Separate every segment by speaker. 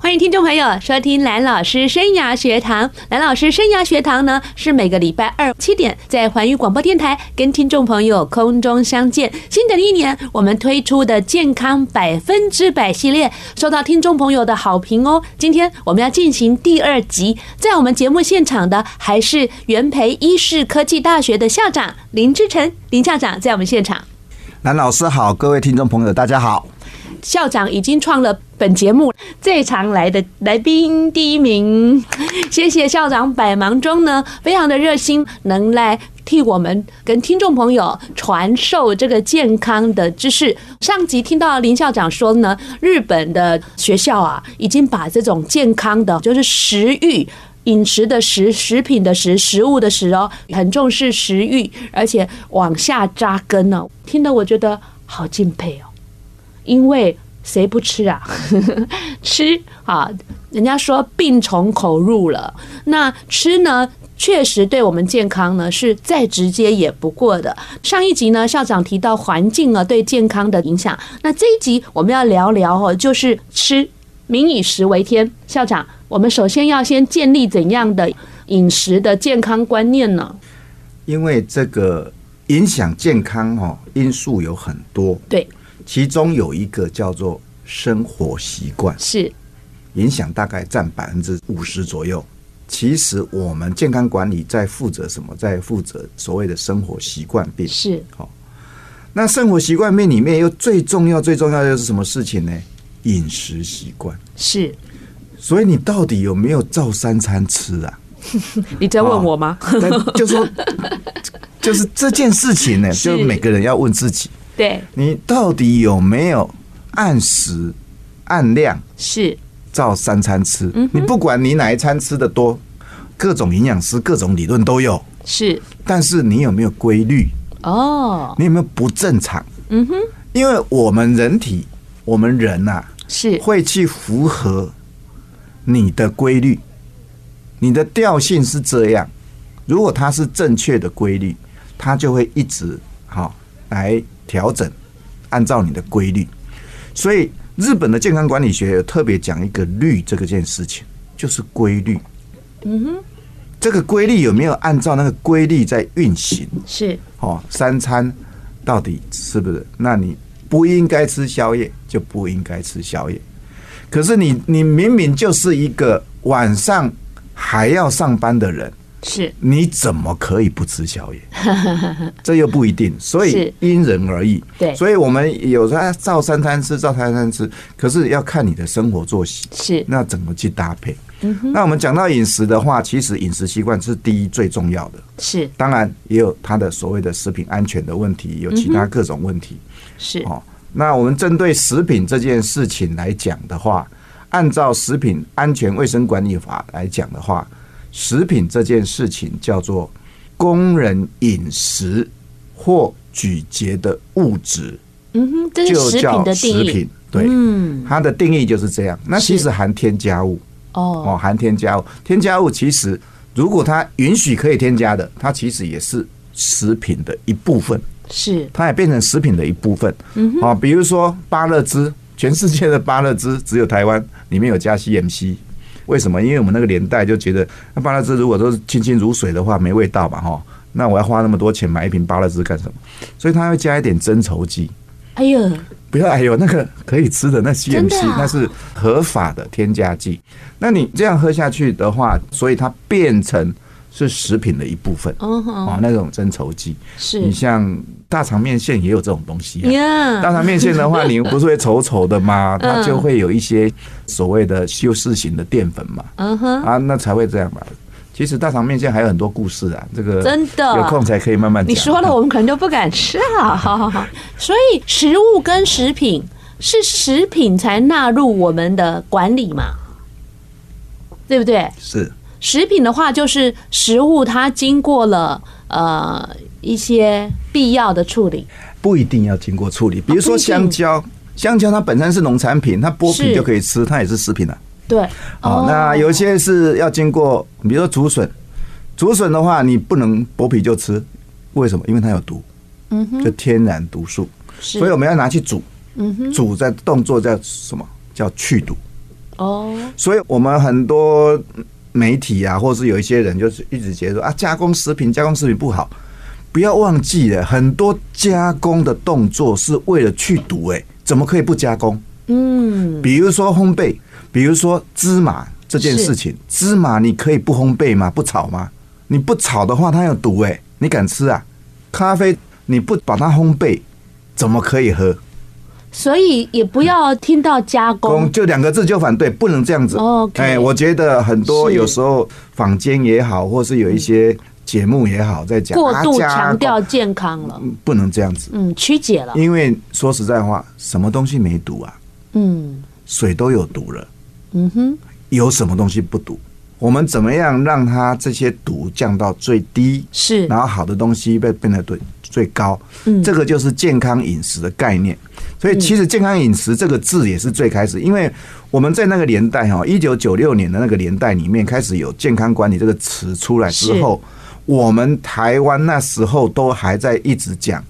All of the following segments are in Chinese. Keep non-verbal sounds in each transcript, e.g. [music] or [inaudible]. Speaker 1: 欢迎听众朋友收听蓝老师生涯学堂。蓝老师生涯学堂呢，是每个礼拜二七点在环宇广播电台跟听众朋友空中相见。新的一年，我们推出的健康百分之百系列受到听众朋友的好评哦。今天我们要进行第二集，在我们节目现场的还是元培医事科技大学的校长林志成林校长在我们现场。
Speaker 2: 蓝老师好，各位听众朋友大家好。
Speaker 1: 校长已经创了本节目最常来的来宾第一名， [laughs] 谢谢校长百忙中呢，非常的热心，能来替我们跟听众朋友传授这个健康的知识。上集听到林校长说呢，日本的学校啊，已经把这种健康的，就是食欲。饮食的食，食品的食，食物的食哦，很重视食欲，而且往下扎根呢、哦。听得我觉得好敬佩哦。因为谁不吃啊？ [laughs] 吃啊，人家说病从口入了。那吃呢，确实对我们健康呢是再直接也不过的。上一集呢，校长提到环境啊对健康的影响。那这一集我们要聊聊哦，就是吃，民以食为天。校长，我们首先要先建立怎样的饮食的健康观念呢？
Speaker 2: 因为这个影响健康哦因素有很多，
Speaker 1: 对，
Speaker 2: 其中有一个叫做生活习惯，
Speaker 1: 是
Speaker 2: 影响大概占百分之五十左右。其实我们健康管理在负责什么？在负责所谓的生活习惯病。
Speaker 1: 是，
Speaker 2: 那生活习惯病里面又最重要、最重要的是什么事情呢？饮食习惯。
Speaker 1: 是，
Speaker 2: 所以你到底有没有照三餐吃啊？
Speaker 1: 你在问我吗？
Speaker 2: 但就说就是这件事情呢，
Speaker 1: 是
Speaker 2: 就每个人要问自己，
Speaker 1: [laughs] 对，
Speaker 2: 你到底有没有按时、按量
Speaker 1: 是
Speaker 2: 照三餐吃？
Speaker 1: 嗯
Speaker 2: 你不管你哪一餐吃的多，各种营养师、各种理论都有，
Speaker 1: 是，
Speaker 2: 但是你有没有规律？
Speaker 1: 哦，
Speaker 2: 你有没有不正常？
Speaker 1: 嗯哼，
Speaker 2: 因为我们人体，我们人啊呐、
Speaker 1: 是
Speaker 2: 会去符合你的规律，你的调性是这样。如果它是正确的规律，它就会一直好、来调整，按照你的规律。所以日本的健康管理学有特别讲一个“律”这个件事情，就是规律。嗯哼，这个规律有没有按照那个规律在运行？
Speaker 1: 是。
Speaker 2: 哦，三餐到底是不是？那你不应该吃宵夜，就不应该吃宵夜。可是你，你明明就是一个晚上还要上班的人，
Speaker 1: 是
Speaker 2: 你怎么可以不吃
Speaker 1: [laughs]
Speaker 2: 宵夜？这又不一定，所以
Speaker 1: 是
Speaker 2: 因人而异。
Speaker 1: 对
Speaker 2: 所以我们有时候照三餐吃，照三餐吃，可是要看你的生活作息。
Speaker 1: 是嗯
Speaker 2: 那怎么去搭配？那我们讲到饮食的话，其实饮食习惯是第一最重要的。
Speaker 1: 是
Speaker 2: 当然也有它的所谓的食品安全的问题，有其他各种问题、
Speaker 1: 嗯是
Speaker 2: 哦。那我们针对食品这件事情来讲的话，按照《食品安全卫生管理法》来讲的话，食品这件事情叫做工人饮食或咀嚼的物质，
Speaker 1: 嗯哼，这
Speaker 2: 就
Speaker 1: 食
Speaker 2: 是
Speaker 1: 品
Speaker 2: 叫
Speaker 1: 的定
Speaker 2: 食品
Speaker 1: 义。。
Speaker 2: 对，
Speaker 1: 嗯，
Speaker 2: 它的定义就是这样。那其
Speaker 1: 是
Speaker 2: 实含添加物。哦，
Speaker 1: 哦，
Speaker 2: 含添加物，添加物其实如果它允许可以添加的，它其实也是食品的一部分，
Speaker 1: 是
Speaker 2: 它也变成食品的一部分。嗯啊，比如说芭乐汁，全世界的芭乐汁只有台湾里面有加 CMC。为什么？因为我们那个年代就觉得，那芭乐汁如果都是清清如水的话，没味道嘛，哈。那我要花那么多钱买一瓶芭乐汁干什么？所以它会加一点增稠剂。
Speaker 1: 哎呦，
Speaker 2: 不要，哎呦，那个可以吃的那
Speaker 1: 真
Speaker 2: CMC，
Speaker 1: 的、啊
Speaker 2: 那是合法的添加剂。那你这样喝下去的话，所以它变成是食品的一部分啊、
Speaker 1: 嗯哼，
Speaker 2: 哦，那种增稠剂。
Speaker 1: 是
Speaker 2: 你像大肠面线也有这种东西、啊。大
Speaker 1: 呀，
Speaker 2: 肠面线
Speaker 1: [laughs]
Speaker 2: 的话，你不是会稠稠的吗？
Speaker 1: 嗯
Speaker 2: 它就会有一些所谓的修饰型的淀粉嘛，
Speaker 1: 嗯哼，
Speaker 2: 啊，那才会这样嘛。其实大肠面线还有很多故事啊，这个
Speaker 1: 真的
Speaker 2: 有空才可以慢慢讲。
Speaker 1: 你说了，我们可能就不敢吃了。好好好，所以食物跟食品是食品才纳入我们的管理嘛，对不对？
Speaker 2: 是
Speaker 1: 食品的话，就是食物它经过了呃一些必要的处理，
Speaker 2: 不一定要经过
Speaker 1: 啊
Speaker 2: 处理，比如说香蕉，香蕉它本身是农产品，它剥
Speaker 1: 是哦
Speaker 2: 皮就可以吃，它也是食品啊。
Speaker 1: 对，
Speaker 2: 好、那有些是要经过，比如说竹笋，竹笋的话，你不能剥皮就吃，为什么？因为它有毒，
Speaker 1: 嗯哼，
Speaker 2: 就天然毒素，
Speaker 1: 是
Speaker 2: 所以我们要拿去煮，
Speaker 1: 嗯哼，
Speaker 2: 煮在动作叫什么？叫去毒。
Speaker 1: 哦，
Speaker 2: 所以我们很多媒体啊，或是有一些人就是一直觉得说啊，加工食品，加工食品不好。不要忘记了，很多加工的动作是为了去毒、哎，怎么可以不加工？
Speaker 1: 嗯，
Speaker 2: 比如说烘焙，比如说芝麻这件事情，芝麻你可以不烘焙吗？不炒吗？你不炒的话，它有毒哎、你敢吃啊？咖啡你不把它烘焙，怎么可以喝？
Speaker 1: 所以也不要听到加工
Speaker 2: 公，就两个字就反对，不能这样子。
Speaker 1: 哦 OK
Speaker 2: 哎，我觉得很多
Speaker 1: 是嗯
Speaker 2: 有时候坊间也好，或是有一些节目也好，在讲
Speaker 1: 过度
Speaker 2: 啊加
Speaker 1: 强调健康了，
Speaker 2: 工不能这样子，
Speaker 1: 嗯，曲解了，
Speaker 2: 因为说实在话，什么东西没毒啊？
Speaker 1: 嗯
Speaker 2: 水都有毒了。
Speaker 1: 嗯哼，
Speaker 2: 有什么东西不毒？我们怎么样让它这些毒降到最低，
Speaker 1: 是
Speaker 2: 然后好的东西被变得最最高？
Speaker 1: 嗯
Speaker 2: 这个就是健康饮食的概念。所以其实健康饮食这个字也是最开始，因为我们在那个年代哈，一九九六年的那个年代里面开始有健康管理这个词出来之后，我们台湾那时候都还在一直讲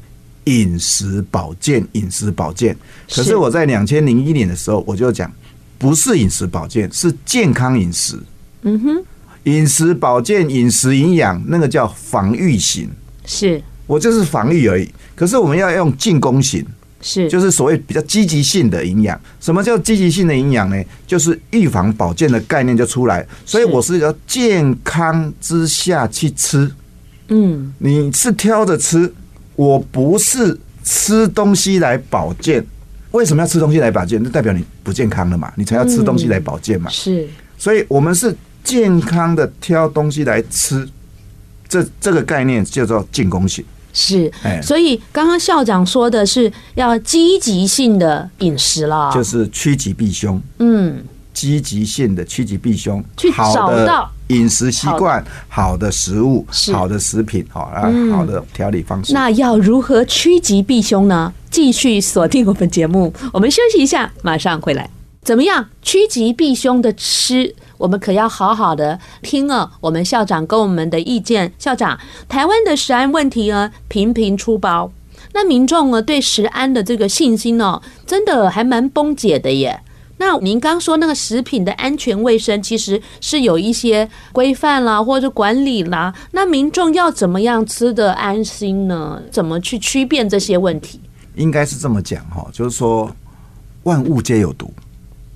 Speaker 2: 饮食保健，饮食保健。可
Speaker 1: 是
Speaker 2: 是我在两千零一年的时候我就讲，不是饮食保健，是健康饮食。
Speaker 1: 嗯哼，
Speaker 2: 饮食保健、饮食营养，那个叫防御型，
Speaker 1: 是
Speaker 2: 我就是防御而已。可是我们要用进攻型，
Speaker 1: 是，
Speaker 2: 就是所谓比较积极性的营养。什么叫积极性的营养呢？就是预防保健的概念就出来。所以
Speaker 1: 是
Speaker 2: 我是要健康之下去吃，
Speaker 1: 嗯
Speaker 2: 你是挑着吃，我不是吃东西来保健。为什么要吃东西来保健？那代表你不健康了嘛，你才要吃东西来保健嘛。
Speaker 1: 是，
Speaker 2: 所以我们是健康的挑东西来吃，这这个概念叫做进攻型。
Speaker 1: 是
Speaker 2: 哎，
Speaker 1: 所以刚刚校长说的是要积极性的饮食了，
Speaker 2: 就是趋吉避凶，
Speaker 1: 嗯，
Speaker 2: 积极性的趋吉避凶，
Speaker 1: 去
Speaker 2: 好
Speaker 1: 找
Speaker 2: 的
Speaker 1: 到
Speaker 2: 饮食习惯、好的食物
Speaker 1: 是、嗯
Speaker 2: 好的食品，好啊，好的调理方式。
Speaker 1: 那要如何趋吉避凶呢？继续锁定我们节目，我们休息一下，马上回来。怎么样趋吉避凶的吃？我们可要好好的听哦，我们校长跟我们的意见。校长，台湾的食安问题呢，频频出包，那民众呢对食安的这个信心哦，真的还蛮崩解的耶。那您刚说那个食品的安全卫生，其实是有一些规范啦，或者管理啦。那民众要怎么样吃的安心呢？怎么去区辨这些问题？
Speaker 2: 应该是这么讲哈，就是说万物皆有毒，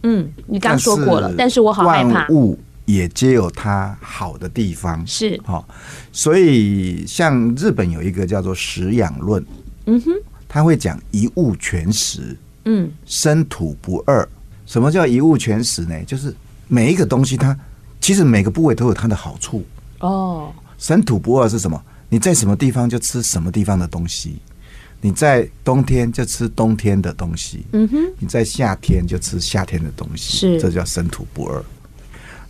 Speaker 1: 嗯，你刚说过了，但是我好害怕
Speaker 2: 万。物也皆有它好的地方，
Speaker 1: 是，
Speaker 2: 好、所以像日本有一个叫做食养论，
Speaker 1: 嗯哼，
Speaker 2: 他会讲一物全食，
Speaker 1: 嗯，
Speaker 2: 生土不二。什么叫一物全食呢？就是每一个东西它其实每个部位都有它的好处。
Speaker 1: 哦，
Speaker 2: 生土不二是什么？你在什么地方就吃什么地方的东西，你在冬天就吃冬天的东西，
Speaker 1: 嗯哼，
Speaker 2: 你在夏天就吃夏天的东西，
Speaker 1: 是
Speaker 2: 这叫生土不二。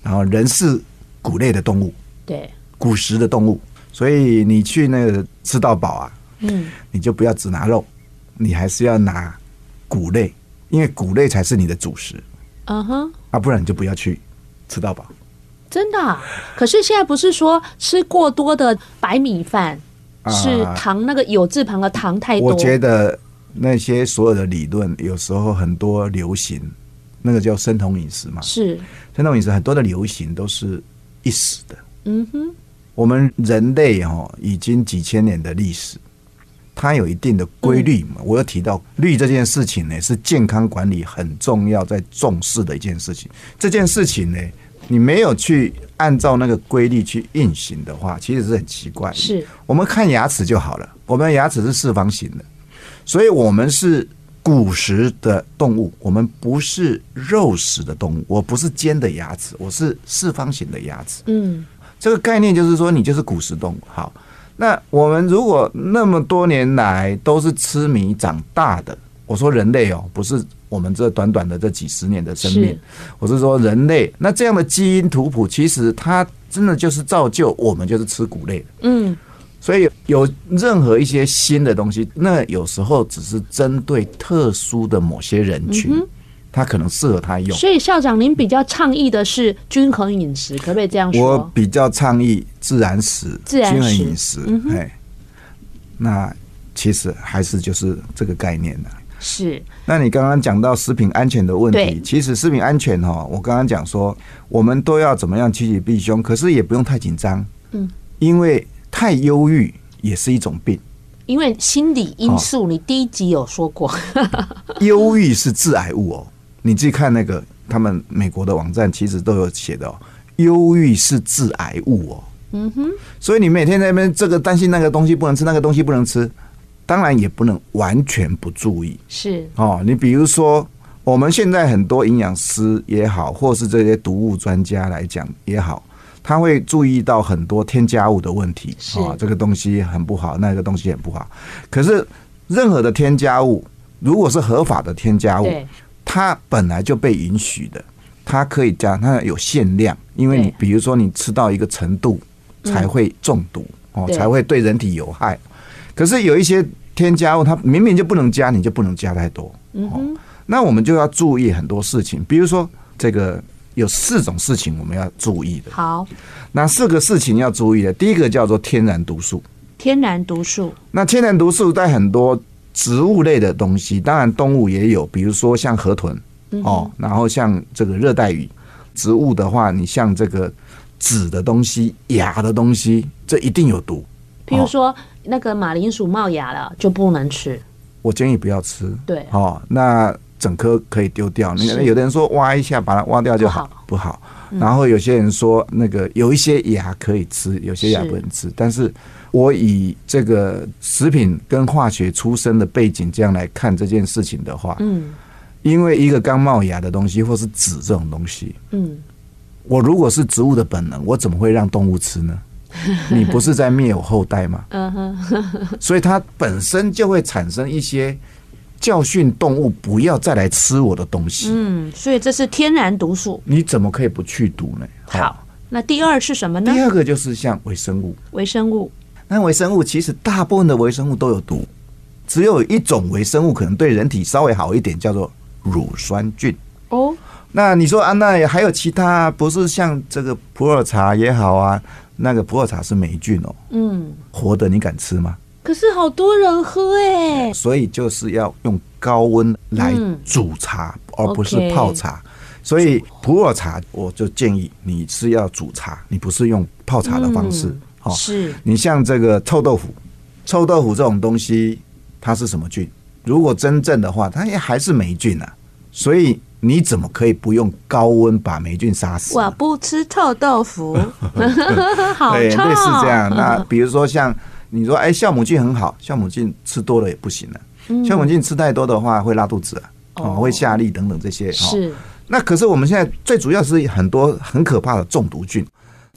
Speaker 2: 然后人是谷类的动物，
Speaker 1: 对，
Speaker 2: 古时的动物，所以你去那个吃到饱啊，
Speaker 1: 嗯，
Speaker 2: 你就不要只拿肉，你还是要拿谷类，因为谷类才是你的主食
Speaker 1: 嗯哼，
Speaker 2: 啊，不然你就不要去吃到饱。
Speaker 1: 真的啊、可是现在不是说吃过多的白米饭。
Speaker 2: 啊
Speaker 1: 是糖那个有字旁的糖太多，
Speaker 2: 我觉得那些所有的理论，有时候很多流行，那个叫生酮饮食嘛，
Speaker 1: 是，
Speaker 2: 生酮饮食很多的流行都是一时的。
Speaker 1: 嗯哼，
Speaker 2: 我们人类哦，已经几千年的历史，它有一定的规律嘛。我又提到律这件事情呢，是健康管理很重要、在重视的一件事情。这件事情呢，你没有去按照那个规律去运行的话，其实是很奇怪的。
Speaker 1: 是
Speaker 2: 我们看牙齿就好了，我们的牙齿是四方形的，所以我们是骨食的动物，我们不是肉食的动物。我不是尖的牙齿，我是四方形的牙齿。
Speaker 1: 嗯，
Speaker 2: 这个概念就是说，你就是古时动物。好，那我们如果那么多年来都是吃米长大的，我说人类哦，不是我们这短短的这几十年的生命
Speaker 1: 是，
Speaker 2: 我是说人类。那这样的基因图谱，其实它真的就是造就我们就是吃谷类的。
Speaker 1: 嗯，
Speaker 2: 所以有任何一些新的东西，那有时候只是针对特殊的某些人群，它可能适合他用。
Speaker 1: 所以校长您比较倡议的是均衡饮食，可不可以这样
Speaker 2: 我
Speaker 1: 说？
Speaker 2: 比较倡议自然食、
Speaker 1: 自然食嗯
Speaker 2: 均衡饮食，哎、那其实还是就是这个概念呢、啊
Speaker 1: 是
Speaker 2: 那你刚刚讲到食品安全的问
Speaker 1: 对
Speaker 2: 题，其实食品安全哈，我刚刚讲说，我们都要怎么样趋吉避凶，可是也不用太紧张，
Speaker 1: 嗯，
Speaker 2: 因为太忧郁也是一
Speaker 1: [laughs]
Speaker 2: 种病，
Speaker 1: 因为心理因素，你第一集有说过，
Speaker 2: 哦忧郁是致癌物哦，你自己看那个他们美国的网站其实都有写的哦，忧郁是致癌物哦，
Speaker 1: 嗯哼，
Speaker 2: 所以你每天在那边这个担心那个东西不能吃，那个东西不能吃，当然也不能完全不注意，
Speaker 1: 是
Speaker 2: 哦，你比如说，我们现在很多营养师也好，或是这些毒物专家来讲也好，他会注意到很多添加物的问题
Speaker 1: 是
Speaker 2: 哦，这个东西很不好，那个东西很不好。可是任何的添加物，如果是合法的添加物，
Speaker 1: 对，
Speaker 2: 它本来就被允许的，它可以加，它有限量，因为你
Speaker 1: 对嗯
Speaker 2: 比如说你吃到一个程度才会中毒、哦，
Speaker 1: 对
Speaker 2: 才会对人体有害。可是有一些添加物，它明明就不能加，你就不能加太多。哦
Speaker 1: 嗯哼，
Speaker 2: 那我们就要注意很多事情，比如说这个有四种事情我们要注意的。
Speaker 1: 好，
Speaker 2: 那四个事情要注意的，第一个叫做天然毒素。
Speaker 1: 天然毒素
Speaker 2: 那天然毒素在很多植物类的东西，当然动物也有，比如说像河豚哦，然后像这个热带鱼。植物的话，你像这个籽的东西、芽的东西，这一定有毒。
Speaker 1: 譬如说、那个马铃薯冒芽了就不能吃，
Speaker 2: 我建议不要吃。
Speaker 1: 对
Speaker 2: 哦，那整颗可以丢掉。那
Speaker 1: 是
Speaker 2: 有的人说挖一下把它挖掉就好，不好。
Speaker 1: 嗯
Speaker 2: 然后有些人说那个有一些芽可以吃，有些芽
Speaker 1: 是
Speaker 2: 不能吃。但是我以这个食品跟化学出身的背景这样来看这件事情的话，
Speaker 1: 嗯
Speaker 2: 因为一个刚冒芽的东西或是籽这种东西，
Speaker 1: 嗯，
Speaker 2: 我如果是植物的本能，我怎么会让动物
Speaker 1: [laughs]
Speaker 2: 吃呢？你不是在灭我后代吗？
Speaker 1: 嗯
Speaker 2: [laughs] 所以它本身就会产生一些教训动物不要再来吃我的东西。
Speaker 1: 嗯，所以这是天然毒素。
Speaker 2: 你怎么可以不去毒呢？
Speaker 1: 好，那第二是什么呢
Speaker 2: 第？二个就是像微生物，
Speaker 1: 微生物
Speaker 2: 那微生物其实大部分的微生物都有毒，只有一种微生物可能对人体稍微好一点，叫做乳酸菌。
Speaker 1: 哦，
Speaker 2: 那你说啊，那还有其他不是像这个普洱茶也好啊，那个普洱茶是霉菌哦，
Speaker 1: 嗯，
Speaker 2: 活的你敢吃吗？
Speaker 1: 可是好多人喝哎、
Speaker 2: 所以就是要用高温来
Speaker 1: 嗯
Speaker 2: 煮茶，而不是
Speaker 1: OK
Speaker 2: 泡茶。所以普洱茶，我就建议你是要煮茶，你不是用泡茶的方式哦
Speaker 1: 嗯。
Speaker 2: 好、
Speaker 1: 是
Speaker 2: 你像这个臭豆腐，臭豆腐这种东西，它是什么菌？如果真正的话，它也还是霉菌啊。所以你怎么可以不用高温把霉菌杀死呢？
Speaker 1: 我不吃臭豆
Speaker 2: [laughs]
Speaker 1: 腐， [laughs] 好啊嗯
Speaker 2: 对，
Speaker 1: 臭，
Speaker 2: 类似这样。那比如说像你说，哎，酵母菌很好，酵母菌吃多了也不行了、
Speaker 1: 嗯
Speaker 2: 酵母菌吃太多的话会拉肚子啊，哦，会下痢等等这些。哦，
Speaker 1: 是
Speaker 2: 那可是我们现在最主要是很多很可怕的中毒菌。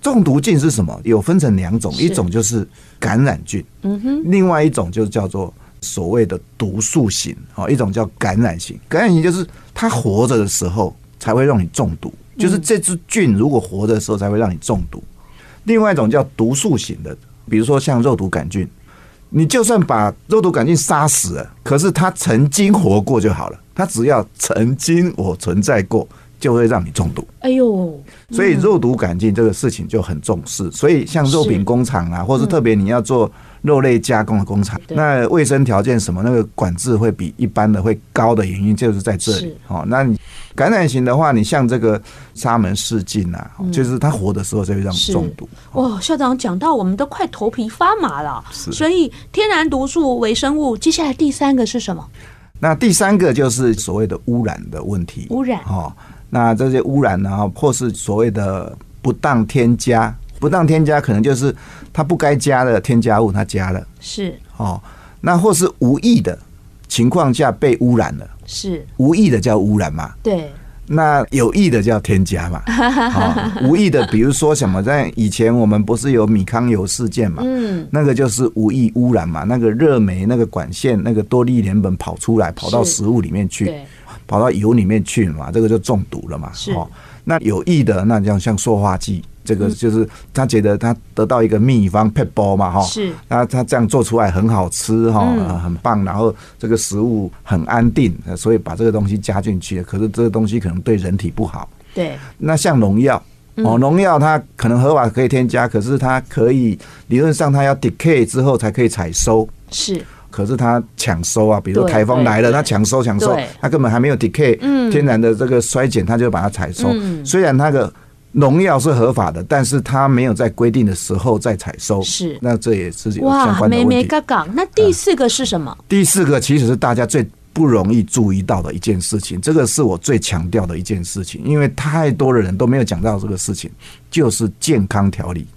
Speaker 2: 中毒菌是什么？有分成两种，
Speaker 1: 是
Speaker 2: 一种就是感染菌，
Speaker 1: 嗯哼，
Speaker 2: 另外一种就叫做所谓的毒素型，哦，一种叫感染型。感染型就是它活着的时候才会让你中毒，
Speaker 1: 嗯
Speaker 2: 就是这只菌如果活着的时候才会让你中毒。另外一种叫毒素型的，比如说像肉毒杆菌，你就算把肉毒杆菌杀死了，可是它曾经活过就好了，它只要曾经我存在过，就会让你中毒。
Speaker 1: 哎呦，
Speaker 2: 所以肉毒杆菌这个事情就很重视。所以像肉
Speaker 1: 是
Speaker 2: 饼工厂啊，或是特别你要做肉类加工的工厂，
Speaker 1: 对
Speaker 2: 那卫生条件什么那个管制会比一般的会高的原因就是在这
Speaker 1: 是
Speaker 2: 里。哦，那你感染型的话，你像这个沙门氏菌啊，哦就是它活的时候就会让你
Speaker 1: 嗯是
Speaker 2: 中毒。
Speaker 1: 哇，校长讲到我们都快头皮发麻了，所以天然毒素、微生物，接下来第三个是什么？
Speaker 2: 那第三个就是所谓的污染的问题。
Speaker 1: 污染
Speaker 2: 哦，那这些污染然后或是所谓的不当添加，不当添加可能就是它不该加的添加物，它加了。
Speaker 1: 是
Speaker 2: 哦，那或是无意的情况下被污染了，
Speaker 1: 是，
Speaker 2: 无意的叫污染嘛，
Speaker 1: 对，
Speaker 2: 那有意的叫添加
Speaker 1: [laughs]
Speaker 2: 嘛，哦，无意的，比如说什么，在以前我们不是有米糠油事件嘛，
Speaker 1: 嗯，
Speaker 2: 那个就是无意污染嘛，那个热酶、那个管线、那个多利联苯跑出来，跑到
Speaker 1: 是
Speaker 2: 食物里面去，
Speaker 1: 对，
Speaker 2: 跑到油里面去了嘛，这个就中毒了嘛，哦
Speaker 1: 是，
Speaker 2: 那有意的，那像像塑化剂。这
Speaker 1: 嗯
Speaker 2: 个就是他觉得他得到一个秘方 p e b l 嘛哈，
Speaker 1: 是嗯
Speaker 2: 那他这样做出来很好吃哈、呃很棒，然后这个食物很安定，呃所以把这个东西加进去，可是这个东西可能对人体不好。
Speaker 1: 对，
Speaker 2: 那像农药。
Speaker 1: 嗯
Speaker 2: 哦，农药它可能合法可以添加，可是它可以理论上它要 decay 之后才可以采收，
Speaker 1: 是
Speaker 2: 可是它抢收啊，比如说
Speaker 1: 对
Speaker 2: 台风
Speaker 1: 对
Speaker 2: 来了，
Speaker 1: 对
Speaker 2: 它抢收抢收
Speaker 1: 对，
Speaker 2: 它根本还没有 decay，
Speaker 1: 嗯
Speaker 2: 天然的这个衰减，它就把它采收。
Speaker 1: 嗯
Speaker 2: 虽然那个农药是合法的，但是它没有在规定的时候再采收，
Speaker 1: 是
Speaker 2: 那这也是有相
Speaker 1: 哇，
Speaker 2: 关
Speaker 1: 妹
Speaker 2: 的问
Speaker 1: 妹
Speaker 2: 题。嗯
Speaker 1: 嘎嘎。那第四个是什么？
Speaker 2: 第四个其实是大家最不容易注意到的一件事情，这个是我最强调的一件事情，因为太多的人都没有讲到这个事情，就是健康调理。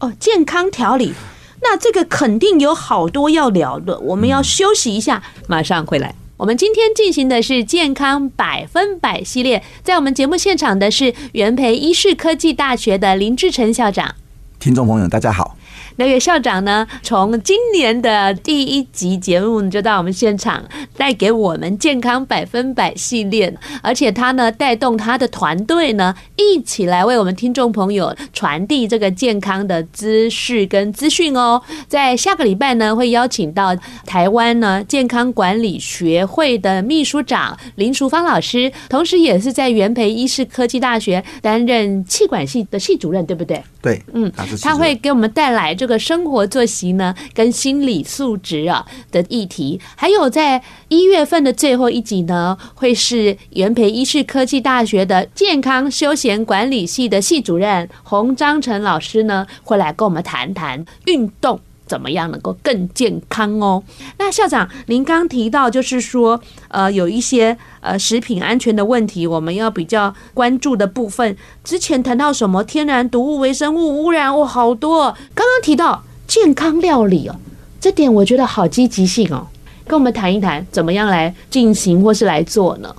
Speaker 1: 哦，健康调理。那这个肯定有好多要聊的，我们要休息一下，马上回来。我们今天进行的是健康百分百系列，在我们节目现场的是元培医事科技大学的林志成校长。
Speaker 2: 听众朋友，大家好。
Speaker 1: 那岳校长呢，从今年的第一集节目就到我们现场，带给我们健康百分百系列，而且他呢带动他的团队呢，一起来为我们听众朋友传递这个健康的知识跟资讯哦。在下个礼拜呢，会邀请到台湾呢健康管理学会的秘书长林淑芳老师，同时也是在元培医事科技大学担任气管系的系主任，对不对？
Speaker 2: 对，
Speaker 1: 嗯
Speaker 2: 他是其
Speaker 1: 他
Speaker 2: 实
Speaker 1: 会给我们带来这个生活作息呢，跟心理素质啊的议题。还有在一月份的最后一集呢，会是元培医事科技大学的健康休闲管理系的系主任洪章成老师呢，会来跟我们谈谈运动。怎么样能够更健康哦？那校长，您刚提到就是说，呃，有一些呃食品安全的问题，我们要比较关注的部分。之前谈到什么天然毒物、微生物污染，哦，好多哦。刚刚提到健康料理哦，这点我觉得好积极性哦。跟我们谈一谈，怎么样来进行或是来做呢？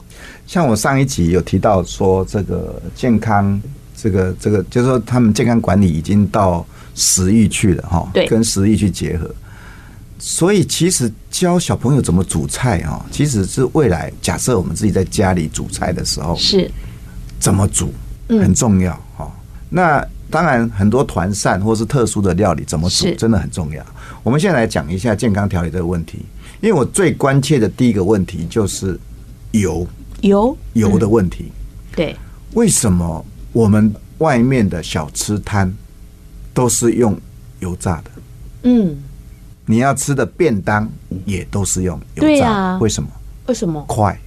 Speaker 2: 像我上一集有提到说，这个健康，这个这个，就是说他们健康管理已经到食欲去了哈，
Speaker 1: 对
Speaker 2: 跟食欲去结合。所以其实教小朋友怎么煮菜哈，其实是未来假设我们自己在家里煮菜的时候，
Speaker 1: 是
Speaker 2: 怎么煮
Speaker 1: 嗯
Speaker 2: 很重要哈。那当然，很多团膳或是特殊的料理怎么煮
Speaker 1: 是
Speaker 2: 真的很重要。我们现在来讲一下健康调理这个问题，因为我最关切的第一个问题就是油
Speaker 1: 油
Speaker 2: 油
Speaker 1: 嗯
Speaker 2: 的问题。
Speaker 1: 对
Speaker 2: 为什么我们外面的小吃摊都是用油炸的？
Speaker 1: 嗯，
Speaker 2: 你要吃的便当也都是用油炸的，
Speaker 1: 对啊
Speaker 2: 为什么？
Speaker 1: 为什么？
Speaker 2: 快，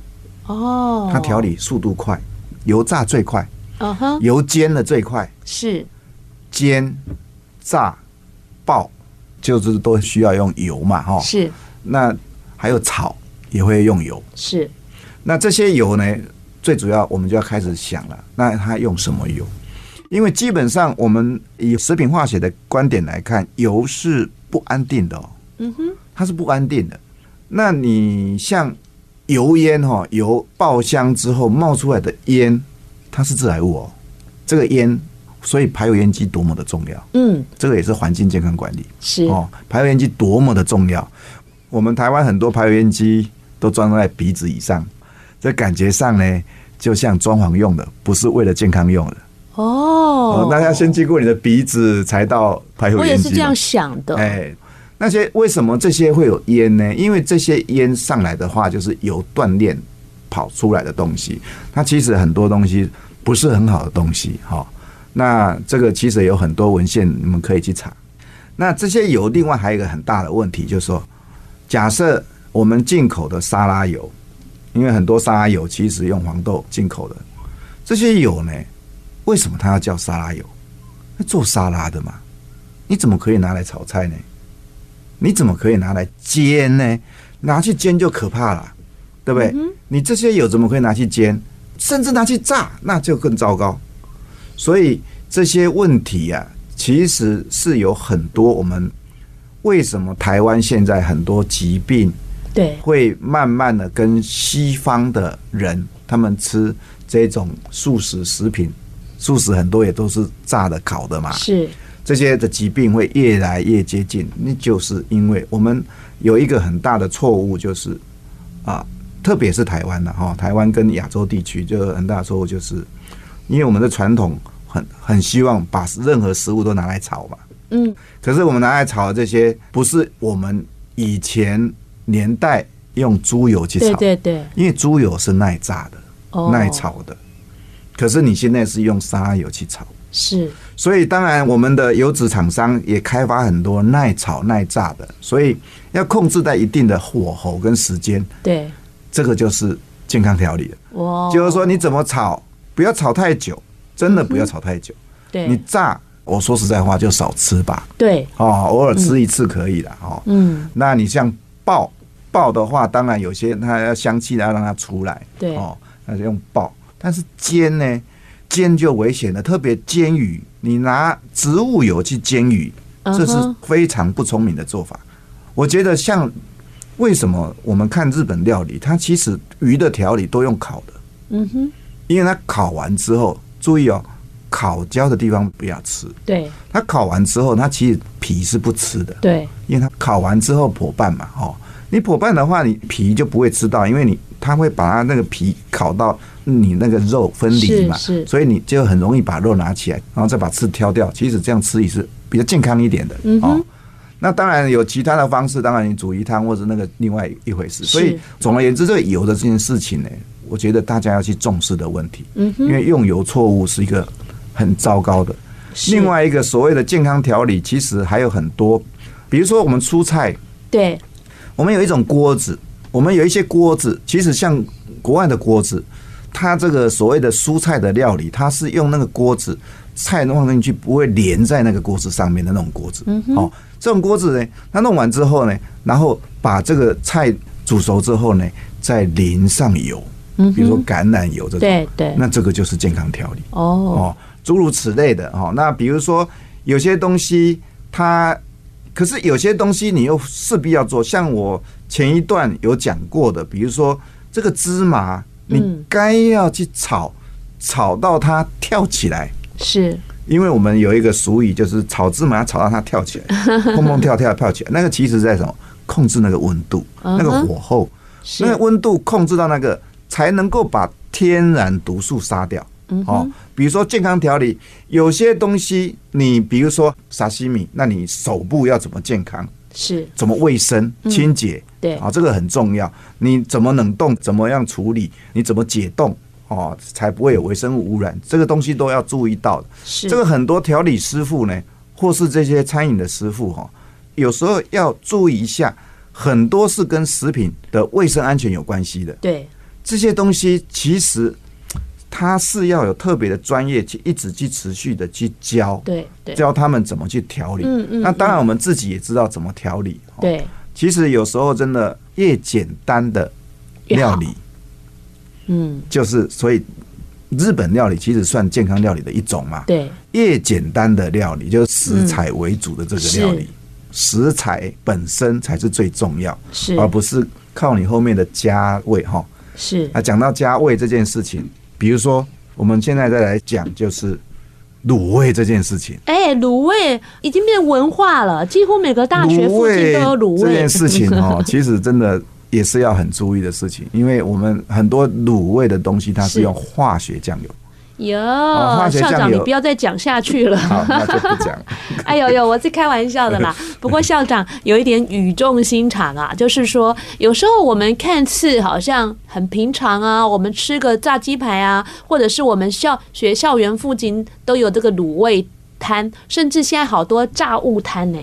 Speaker 1: 哦，
Speaker 2: 它调理速度快，油炸最快，
Speaker 1: 嗯哼，
Speaker 2: 油煎的最快，
Speaker 1: 是
Speaker 2: 煎、炸、爆，就是都需要用油嘛，哈。
Speaker 1: 是
Speaker 2: 那还有炒也会用油，
Speaker 1: 是
Speaker 2: 那这些油呢，最主要我们就要开始想了，那它用什么油？因为基本上我们以食品化学的观点来看，油是不安定的哦，
Speaker 1: 嗯哼，
Speaker 2: 它是不安定的。那你像油烟哈、哦，油爆香之后冒出来的烟，它是致癌物哦。这个烟，所以排油烟机多么的重要，
Speaker 1: 嗯
Speaker 2: 这个也是环境健康管理。
Speaker 1: 是
Speaker 2: 哦，排油烟机多么的重要。我们台湾很多排油烟机都装在鼻子以上，这感觉上呢，就像装潢用的，不是为了健康用的。
Speaker 1: 哦
Speaker 2: 哦，，那要先经过你的鼻子才到排油
Speaker 1: 我
Speaker 2: 烟
Speaker 1: 也
Speaker 2: 机嘛。
Speaker 1: 是这样想的，
Speaker 2: 哎，那些为什么这些会有烟呢？因为这些烟上来的话，就是由锻炼跑出来的东西。它其实很多东西不是很好的东西，哈、那这个其实有很多文献，你们可以去查。那这些油，另外还有一个很大的问题，就是说，假设我们进口的沙拉油，因为很多沙拉油其实用黄豆进口的，这些油呢，为什么它要叫沙拉油？那做沙拉的嘛，你怎么可以拿来炒菜呢？你怎么可以拿来煎呢？拿去煎就可怕了，对不对？你这些油怎么可以拿去煎，甚至拿去炸，那就更糟糕。所以这些问题呀、其实是有很多我们为什么台湾现在很多疾病
Speaker 1: 对，
Speaker 2: 会慢慢的跟西方的人，他们吃这种素食食品，素食很多也都是炸的、烤的嘛，
Speaker 1: 是
Speaker 2: 这些的疾病会越来越接近，那就是因为我们有一个很大的错误，就是啊，特别是台湾的哈，台湾跟亚洲地区就有很大的错误，就是因为我们的传统很很希望把任何食物都拿来炒嘛。
Speaker 1: 嗯，
Speaker 2: 可是我们拿来炒的这些，不是我们以前年代用猪油去炒，
Speaker 1: 对对对，
Speaker 2: 因为猪油是耐炸的、
Speaker 1: 哦
Speaker 2: 耐炒的。可是你现在是用沙油去炒，
Speaker 1: 是
Speaker 2: 所以当然我们的油脂厂商也开发很多耐炒耐炸的，所以要控制在一定的火候跟时间，
Speaker 1: 对，
Speaker 2: 这个就是健康调理了。
Speaker 1: 哦，
Speaker 2: 就是说你怎么炒，不要炒太久，真的不要炒太久。你
Speaker 1: 对
Speaker 2: 炸，我说实在话就少吃吧，
Speaker 1: 对，
Speaker 2: 哦，偶尔吃一次可以的哦。
Speaker 1: 嗯，
Speaker 2: 那你像爆爆的话，当然有些它要香气，要让它出来，
Speaker 1: 对
Speaker 2: 哦，那就用爆。但是煎呢，煎就危险了，特别煎鱼，你拿植物油去煎鱼，
Speaker 1: 嗯
Speaker 2: 这是
Speaker 1: 哼
Speaker 2: 非常不聪明的做法。我觉得像为什么我们看日本料理，它其实鱼的调理都用烤的，
Speaker 1: 嗯哼，
Speaker 2: 因为它烤完之后，注意哦，烤焦的地方不要吃。
Speaker 1: 对
Speaker 2: 它烤完之后，它其实皮是不吃的，
Speaker 1: 对
Speaker 2: 因为它烤完之后破瓣嘛，哦，你破瓣的话，你皮就不会吃到，因为你它会把它那个皮烤到你那个肉分离嘛，
Speaker 1: 是是
Speaker 2: 所以你就很容易把肉拿起来，然后再把刺挑掉。其实这样吃也是比较健康一点的，
Speaker 1: 嗯哼
Speaker 2: 哦。那当然有其他的方式，当然你煮鱼汤或者那个另外一回事。所以
Speaker 1: 是
Speaker 2: 总而言之，这个油的这件事情呢，我觉得大家要去重视的问题，
Speaker 1: 嗯哼
Speaker 2: 因为用油错误是一个很糟糕的。
Speaker 1: 是
Speaker 2: 另外一个所谓的健康调理，其实还有很多，比如说我们蔬菜，
Speaker 1: 对
Speaker 2: 我们有一种锅子，我们有一些锅子，其实像国外的锅子，它这个所谓的蔬菜的料理，它是用那个锅子菜弄进去不会连在那个锅子上面的那种锅子。哦，这种锅子呢，它弄完之后呢，然后把这个菜煮熟之后呢，再淋上油，比如说橄榄油这种，
Speaker 1: 对对，
Speaker 2: 那这个就是健康调理。
Speaker 1: 哦
Speaker 2: 哦，诸如此类的哦。那比如说有些东西它，可是有些东西你又势必要做，像我前一段有讲过的，比如说这个芝麻，你
Speaker 1: 嗯
Speaker 2: 该要去炒，炒到它跳起来。
Speaker 1: 是
Speaker 2: 因为我们有一个俗语，就是炒芝麻炒到它跳起
Speaker 1: [laughs]
Speaker 2: 来，蹦蹦跳跳跳起来。那个其实在什么控制那个温度，
Speaker 1: 嗯哼
Speaker 2: 那个火候，
Speaker 1: 是
Speaker 2: 那个温度控制到那个，才能够把天然毒素杀掉。
Speaker 1: 嗯
Speaker 2: 哦，比如说健康调理，有些东西你比如说沙西米，那你手部要怎么健康，
Speaker 1: 是
Speaker 2: 怎么卫生、清洁？
Speaker 1: 嗯对
Speaker 2: 啊、这个很重要。你怎么冷冻，怎么样处理，你怎么解冻？哦，才不会有微生物污染，这个东西都要注意到的。
Speaker 1: 是
Speaker 2: 这个很多调理师傅呢，或是这些餐饮的师傅哈、有时候要注意一下，很多是跟食品的卫生安全有关系的。
Speaker 1: 对
Speaker 2: 这些东西其实它是要有特别的专业去一直去持续的去教，
Speaker 1: 对对
Speaker 2: 教他们怎么去调理。
Speaker 1: 嗯嗯
Speaker 2: 那当然我们自己也知道怎么调理。哦，
Speaker 1: 对
Speaker 2: 其实有时候真的越简单的
Speaker 1: 越好
Speaker 2: 料理，
Speaker 1: 嗯
Speaker 2: 就是所以日本料理其实算健康料理的一种嘛。
Speaker 1: 对
Speaker 2: 越简单的料理，就是食材为主的
Speaker 1: 嗯
Speaker 2: 这个料理，食材本身才是最重要，
Speaker 1: 是
Speaker 2: 而不是靠你后面的加味哈。
Speaker 1: 是
Speaker 2: 啊，讲到加味这件事情，比如说我们现在再来讲，就是卤味这件事情。
Speaker 1: 哎卤味已经变文化了，几乎每个大学附近都有卤
Speaker 2: 这
Speaker 1: 味
Speaker 2: 件事情
Speaker 1: [laughs]
Speaker 2: 哦，其实真的也是要很注意的事情，因为我们很多卤味的东西，它
Speaker 1: 是
Speaker 2: 是用化学酱
Speaker 1: [laughs]
Speaker 2: 油。
Speaker 1: 哟
Speaker 2: 哦化，学
Speaker 1: 校
Speaker 2: 酱
Speaker 1: 长你
Speaker 2: 油
Speaker 1: 不要再讲下去了。
Speaker 2: 好，那就不讲了。
Speaker 1: [laughs] 哎呦呦，我是开玩笑的啦。不过校长有一点语重心长啊，就是说有时候我们看似好像很平常啊，我们吃个炸鸡排啊，或者是我们校学校园附近都有这个卤味摊，甚至现在好多炸物摊呢、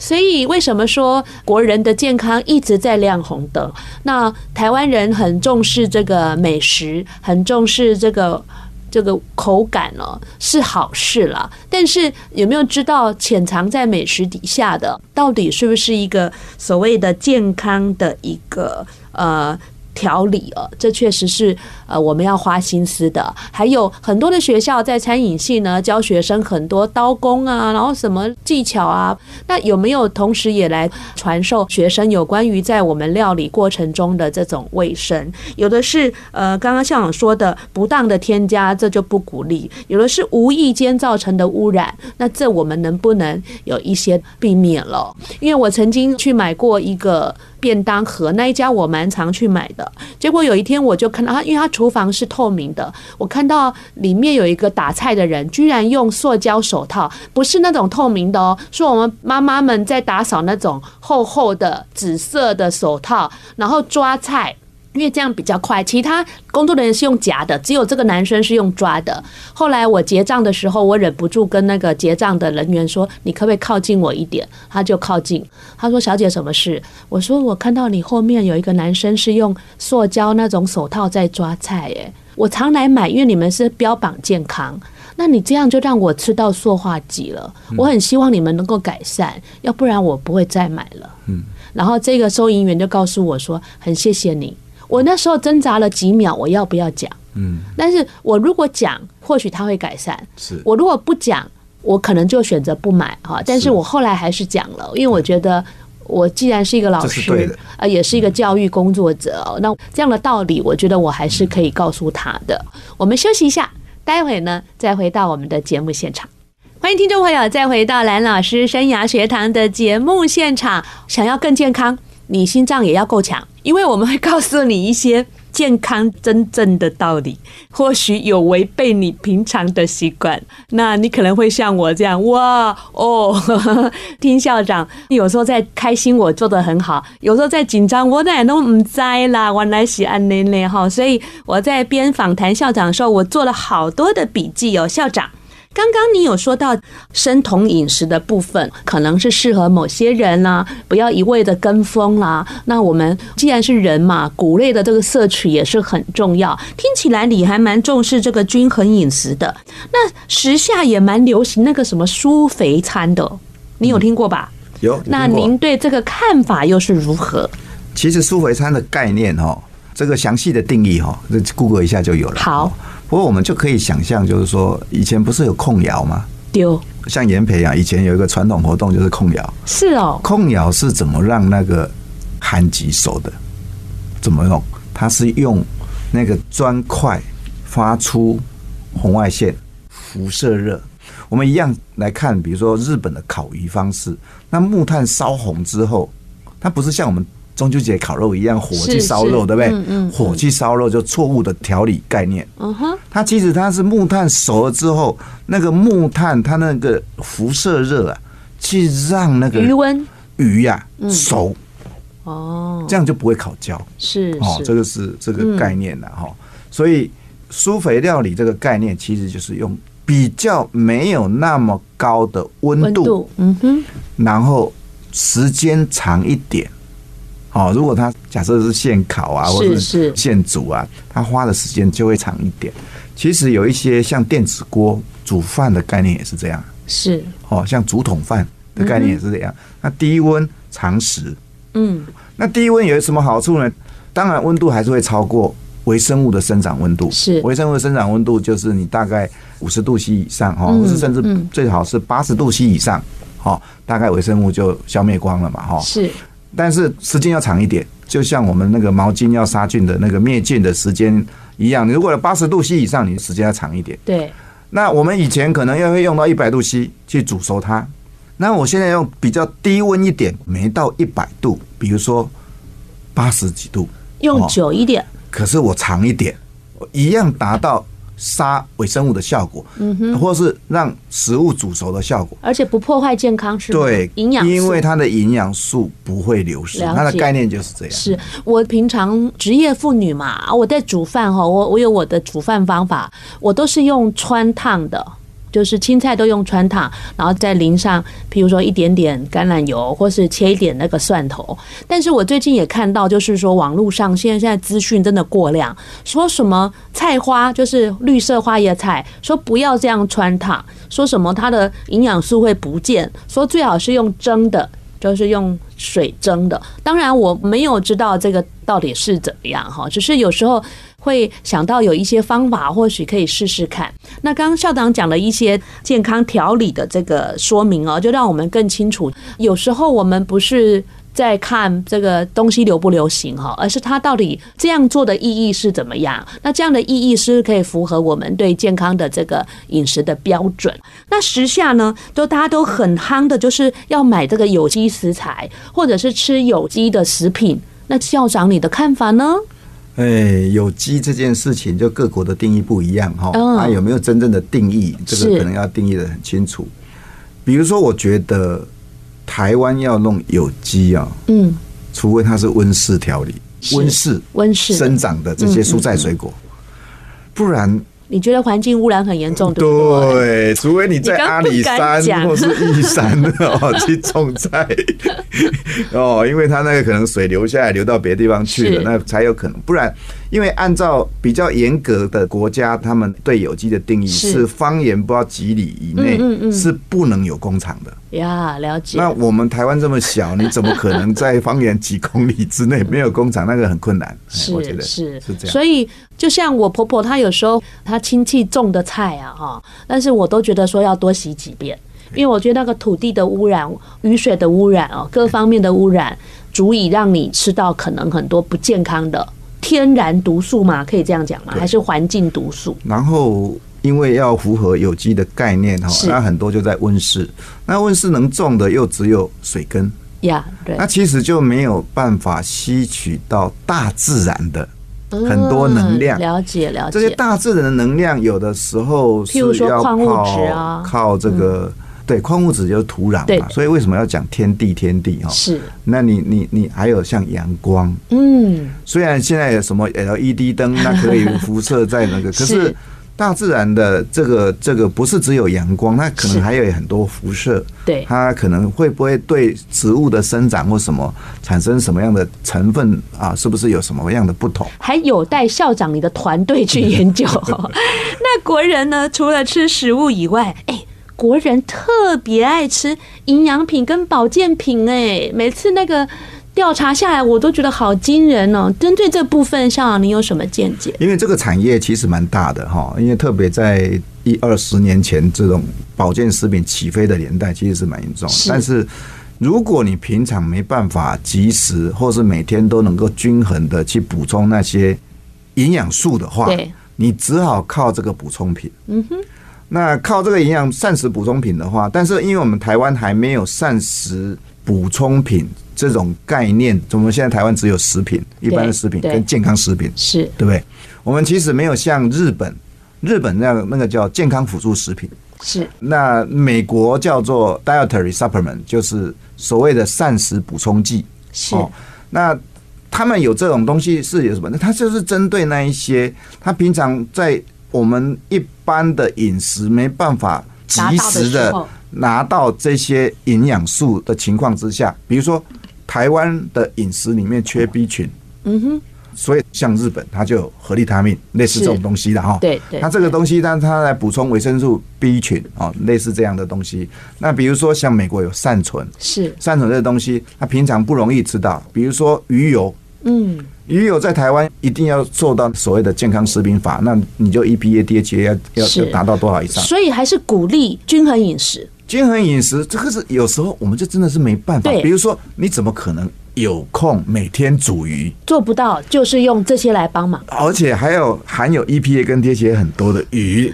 Speaker 1: 所以为什么说国人的健康一直在亮红灯？那台湾人很重视这个美食，很重视这个这个口感哦，是好事啦。但是有没有知道潜藏在美食底下的，到底是不是一个所谓的健康的一个呃？调理哦，这确实是呃我们要花心思的。还有很多的学校在餐饮系呢教学生很多刀工啊，然后什么技巧啊，那有没有同时也来传授学生有关于在我们料理过程中的这种卫生？有的是呃，刚刚校长说的不当的添加，这就不鼓励；有的是无意间造成的污染，那这我们能不能有一些避免了？因为我曾经去买过一个便当盒，那一家我蛮常去买的。结果有一天我就看到他，啊因为他厨房是透明的，我看到里面有一个打菜的人，居然用塑胶手套，不是那种透明的哦，是我们妈妈们在打扫那种厚厚的紫色的手套，然后抓菜。因为这样比较快，其他工作人员是用夹的，只有这个男生是用抓的。后来我结账的时候，我忍不住跟那个结账的人员说：“你可不可以靠近我一点？”他就靠近，他说：“小姐，什么事？”我说：“我看到你后面有一个男生是用塑胶那种手套在抓菜，耶，我常来买，因为你们是标榜健康。”那你这样就让我吃到塑化剂了，我很希望你们能够改善，要不然我不会再买了。嗯，然后这个收银员就告诉我说：“很谢谢你，我那时候挣扎了几秒，我要不要讲？
Speaker 2: 嗯，
Speaker 1: 但是我如果讲，或许他会改善；
Speaker 2: 是
Speaker 1: 我如果不讲，我可能就选择不买哈。但是我后来还是讲了，因为我觉得我既然是一个老
Speaker 2: 这是对
Speaker 1: 师
Speaker 2: 的，
Speaker 1: 呃，也是一个教育工作者，哦那这样的道理，我觉得我还是可以告诉他的。我们休息一下，待会呢再回到我们的节目现场。欢迎听众朋友再回到蓝老师生涯学堂的节目现场。想要更健康，你心脏也要够强，因为我们会告诉你一些健康真正的道理，或许有违背你平常的习惯。那你可能会像我这样，哇哦， [laughs] 呵呵听校长有时候在开心，我做的很好；有时候在紧张，我哪都唔知啦，原来是安内内哈。所以我在边访谈校长的时候，我做了好多的笔记哦，校长。刚刚你有说到生酮饮食的部分，可能是适合某些人啦、不要一味的跟风啦、那我们既然是人嘛，谷类的这个摄取也是很重要。听起来你还蛮重视这个均衡饮食的，那时下也蛮流行那个什么舒肥餐的，你有听过吧？
Speaker 2: 有。
Speaker 1: 那
Speaker 2: 如果
Speaker 1: 您对这个看法又是如何？
Speaker 2: 其实舒肥餐的概念哦，这个详细的定义哦，那 Google 一下就有了。
Speaker 1: 好
Speaker 2: 哦，不过我们就可以想象，就是说以前不是有控窑吗？
Speaker 1: 丢
Speaker 2: 像延培啊，以前有一个传统活动就是控窑，
Speaker 1: 是哦，
Speaker 2: 控窑是怎么让那个寒极熟的？怎么用？它是用那个砖块发出红外线辐射热。我们一样来看，比如说日本的烤鱼方式，那木炭烧红之后，它不是像我们中秋节烤肉一样火
Speaker 1: 是
Speaker 2: 去烧
Speaker 1: 是
Speaker 2: 肉，对不对？
Speaker 1: 嗯嗯
Speaker 2: 火去烧肉就错误的调理概念。
Speaker 1: 嗯哼，
Speaker 2: 它其实它是木炭熟了之后，那个木炭它那个辐射热啊，去让那个
Speaker 1: 余温
Speaker 2: 鱼呀、
Speaker 1: 嗯
Speaker 2: 熟，
Speaker 1: 哦，
Speaker 2: 这样就不会烤焦
Speaker 1: 是
Speaker 2: 哦。
Speaker 1: 是，嗯
Speaker 2: 这个是这个概念了哈、所以苏肥料理这个概念其实就是用比较没有那么高的温
Speaker 1: 温
Speaker 2: 度，
Speaker 1: 度，嗯哼，
Speaker 2: 然后时间长一点。哦，如果它假设是现烤啊，
Speaker 1: 是
Speaker 2: 或者
Speaker 1: 是
Speaker 2: 现煮啊，它花的时间就会长一点。其实有一些像电子锅煮饭的概念也是这样。
Speaker 1: 是，
Speaker 2: 哦，像竹筒饭的概念也是这样。那低温常识，
Speaker 1: 嗯，
Speaker 2: 那低温有什么好处呢？当然温度还是会超过微生物的生长温度，
Speaker 1: 是
Speaker 2: 微生物的生长温度就是你大概五十度 C 以上哈，
Speaker 1: 嗯
Speaker 2: 或是甚至
Speaker 1: 嗯
Speaker 2: 最好是八十度 C 以上，哦，大概微生物就消灭光了嘛哈。
Speaker 1: 是
Speaker 2: 但是时间要长一点，就像我们那个毛巾要杀菌的那个灭菌的时间一样，你如果八十度 C 以上，你时间要长一点。
Speaker 1: 对，
Speaker 2: 那我们以前可能要会用到一百度 C 去煮熟它，那我现在用比较低温一点，没到一百度，比如说八十几度，
Speaker 1: 用
Speaker 2: 哦
Speaker 1: 久一点，
Speaker 2: 可是我长一点，我一样达到杀微生物的效果，嗯哼，或是让食物煮熟的效果。
Speaker 1: 而且不破坏健康，是吗
Speaker 2: 对，
Speaker 1: 营养素，
Speaker 2: 因为它的营养素不会流失，
Speaker 1: 了解
Speaker 2: 它的概念就是这样。
Speaker 1: 是我平常职业妇女嘛，啊我在煮饭哈，我我有我的煮饭方法，我都是用穿烫的。就是青菜都用穿烫，然后再淋上，譬如说一点点橄榄油，或是切一点那个蒜头。但是我最近也看到，就是说网络上现在现在资讯真的过量，说什么菜花就是绿色花椰菜，说不要这样穿烫，说什么它的营养素会不见，说最好是用蒸的，就是用水蒸的。当然，我没有知道这个到底是怎么样哈，只是有时候会想到有一些方法，或许可以试试看。那刚刚校长讲了一些健康调理的这个说明哦，就让我们更清楚，有时候我们不是。在看这个东西流不流行哈，而是它到底这样做的意义是怎么样？那这样的意义是不是可以符合我们对健康的这个饮食的标准？那时下呢，都大家都很夯的，就是要买这个有机食材，或者是吃有机的食品。那校长，你的看法呢？
Speaker 2: 哎、有机这件事情，就各国的定义不一样哈。
Speaker 1: 嗯
Speaker 2: 那有没有真正的定义？这
Speaker 1: 是
Speaker 2: 个可能要定义的很清楚。比如说，我觉得台湾要弄有机啊、
Speaker 1: 嗯，
Speaker 2: 除非它是温室调理、
Speaker 1: 是嗯
Speaker 2: 温室
Speaker 1: 温室的
Speaker 2: 生长的这些蔬菜水果，不然
Speaker 1: 你觉得环境污染很严重，对不对？
Speaker 2: 对，除非你在阿里
Speaker 1: 你刚不敢
Speaker 2: 山
Speaker 1: 讲
Speaker 2: 或是玉山 [laughs] 哦去种菜 [laughs] 哦，因为它那个可能水流下来流到别的地方去
Speaker 1: 是
Speaker 2: 了，那才有可能。不然，因为按照比较严格的国家，他们对有机的定义
Speaker 1: 是
Speaker 2: 是方圆不知道几里以内
Speaker 1: 嗯嗯嗯
Speaker 2: 是不能有工厂的。
Speaker 1: 呀，了解。
Speaker 2: 那我们台湾这么小，你怎么可能在方圆几公里之内没有工厂？那个很困难。哎
Speaker 1: 是
Speaker 2: 我觉得
Speaker 1: 是
Speaker 2: 是这样。
Speaker 1: 所以就像我婆婆，她有时候她亲戚种的菜啊，哈，但是我都觉得说要多洗几遍，因为我觉得那个土地的污染、雨水的污染哦，各方面的污染，足以让你吃到可能很多不健康的天然毒素嘛，可以这样讲吗？还是环境毒素？
Speaker 2: 然后因为要符合有机的概念哈
Speaker 1: 是，
Speaker 2: 那很多就在温室。那温室能种的又只有水根，
Speaker 1: 呀、对
Speaker 2: 那，其实就没有办法吸取到大自然的很多能量
Speaker 1: 嗯。了解了
Speaker 2: 这些
Speaker 1: 解，
Speaker 2: 大自然的能量，有的时候是
Speaker 1: 譬如说
Speaker 2: 要
Speaker 1: 矿物质
Speaker 2: 靠
Speaker 1: 啊
Speaker 2: 靠这个对矿物质就是土壤
Speaker 1: 对
Speaker 2: 嘛，所以为什么要讲天地天地哈？
Speaker 1: 是，
Speaker 2: 那你你你还有像阳光，
Speaker 1: 嗯，
Speaker 2: 虽然现在有什么 LED 灯，那可以辐射在那个，可
Speaker 1: 是
Speaker 2: 是大自然的这个这个不是只有阳光，它可
Speaker 1: 是
Speaker 2: 能还有很多辐射。
Speaker 1: 对
Speaker 2: 它可能会不会对植物的生长或什么产生什么样的成分啊？是不是有什么样的不同？
Speaker 1: 还有待校长你的团队去研 [laughs] 究。那国人呢，除了吃食物以外，哎、国人特别爱吃营养品跟保健品、哎，每次那个调查下来，我都觉得好惊人哦。针对这部分，校长你有什么见解？
Speaker 2: 因为这个产业其实蛮大的哈，因为特别在一二十年前这种保健食品起飞的年代，其实是蛮严重的。
Speaker 1: 是
Speaker 2: 但是如果你平常没办法及时，或是每天都能够均衡的去补充那些营养素的话
Speaker 1: 对，
Speaker 2: 你只好靠这个补充品。嗯哼。那靠这个营养膳食补充品的话，但是因为我们台湾还没有膳食补充品这种概念，我们现在台湾只有食品，一般的食品
Speaker 1: 对
Speaker 2: 跟健康食品，
Speaker 1: 是
Speaker 2: 对不对？我们其实没有像日本，日本那个那个叫健康辅助食品，
Speaker 1: 是，
Speaker 2: 那美国叫做 dietary supplement，就是所谓的膳食补充剂。哦
Speaker 1: 是
Speaker 2: 那他们有这种东西是有什么？那它就是针对那一些他平常在我们一般的饮食没办法及
Speaker 1: 拿
Speaker 2: 时
Speaker 1: 到的时
Speaker 2: 的
Speaker 1: 候
Speaker 2: 拿到这些营养素的情况之下，比如说台湾的饮食里面缺 B 群，
Speaker 1: 嗯哼，
Speaker 2: 所以像日本它就有合利他命类似这种东西的哈。
Speaker 1: 对对
Speaker 2: 它这个东西，但它来补充维生素 B 群哦，类似这样的东西。那比如说像美国有善存，
Speaker 1: 是，
Speaker 2: 善存这个东西，它平常不容易吃到，比如说鱼油。
Speaker 1: 嗯，
Speaker 2: 鱼油在台湾一定要受到所谓的健康食品法，那你就 E EPA、DHA 要要
Speaker 1: 是
Speaker 2: 要达到多少以上？
Speaker 1: 所以还是鼓励均衡饮食，
Speaker 2: 均衡饮食这个是有时候我们就真的是没办法
Speaker 1: 对。
Speaker 2: 比如说，你怎么可能有空每天煮鱼？
Speaker 1: 做不到就是用这些来帮忙。
Speaker 2: 而且还有含有 EPA 跟 DHA 很多的鱼，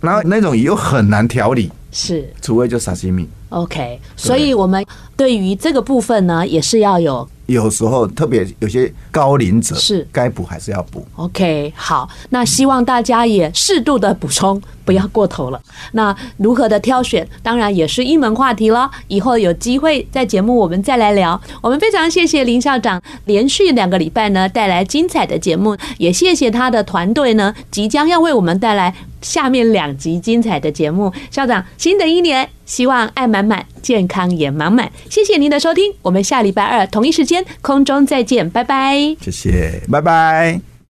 Speaker 2: 然后那种鱼又很难调理，
Speaker 1: 是，
Speaker 2: 除非就沙西米。
Speaker 1: OK，所以我们对于这个部分呢，也是要有
Speaker 2: 有时候特别有些高龄者
Speaker 1: 是
Speaker 2: 该补还是要补。
Speaker 1: OK 好。那希望大家也适度的补充，不要过头了。那如何的挑选，当然也是一门话题了。以后有机会在节目我们再来聊。我们非常谢谢林校长连续两个礼拜呢带来精彩的节目，也谢谢他的团队呢即将要为我们带来下面两集精彩的节目。校长，新的一年希望爱满满，健康也满满。谢谢您的收听，我们下礼拜二同一时间空中再见，拜拜。
Speaker 2: 谢谢，拜拜。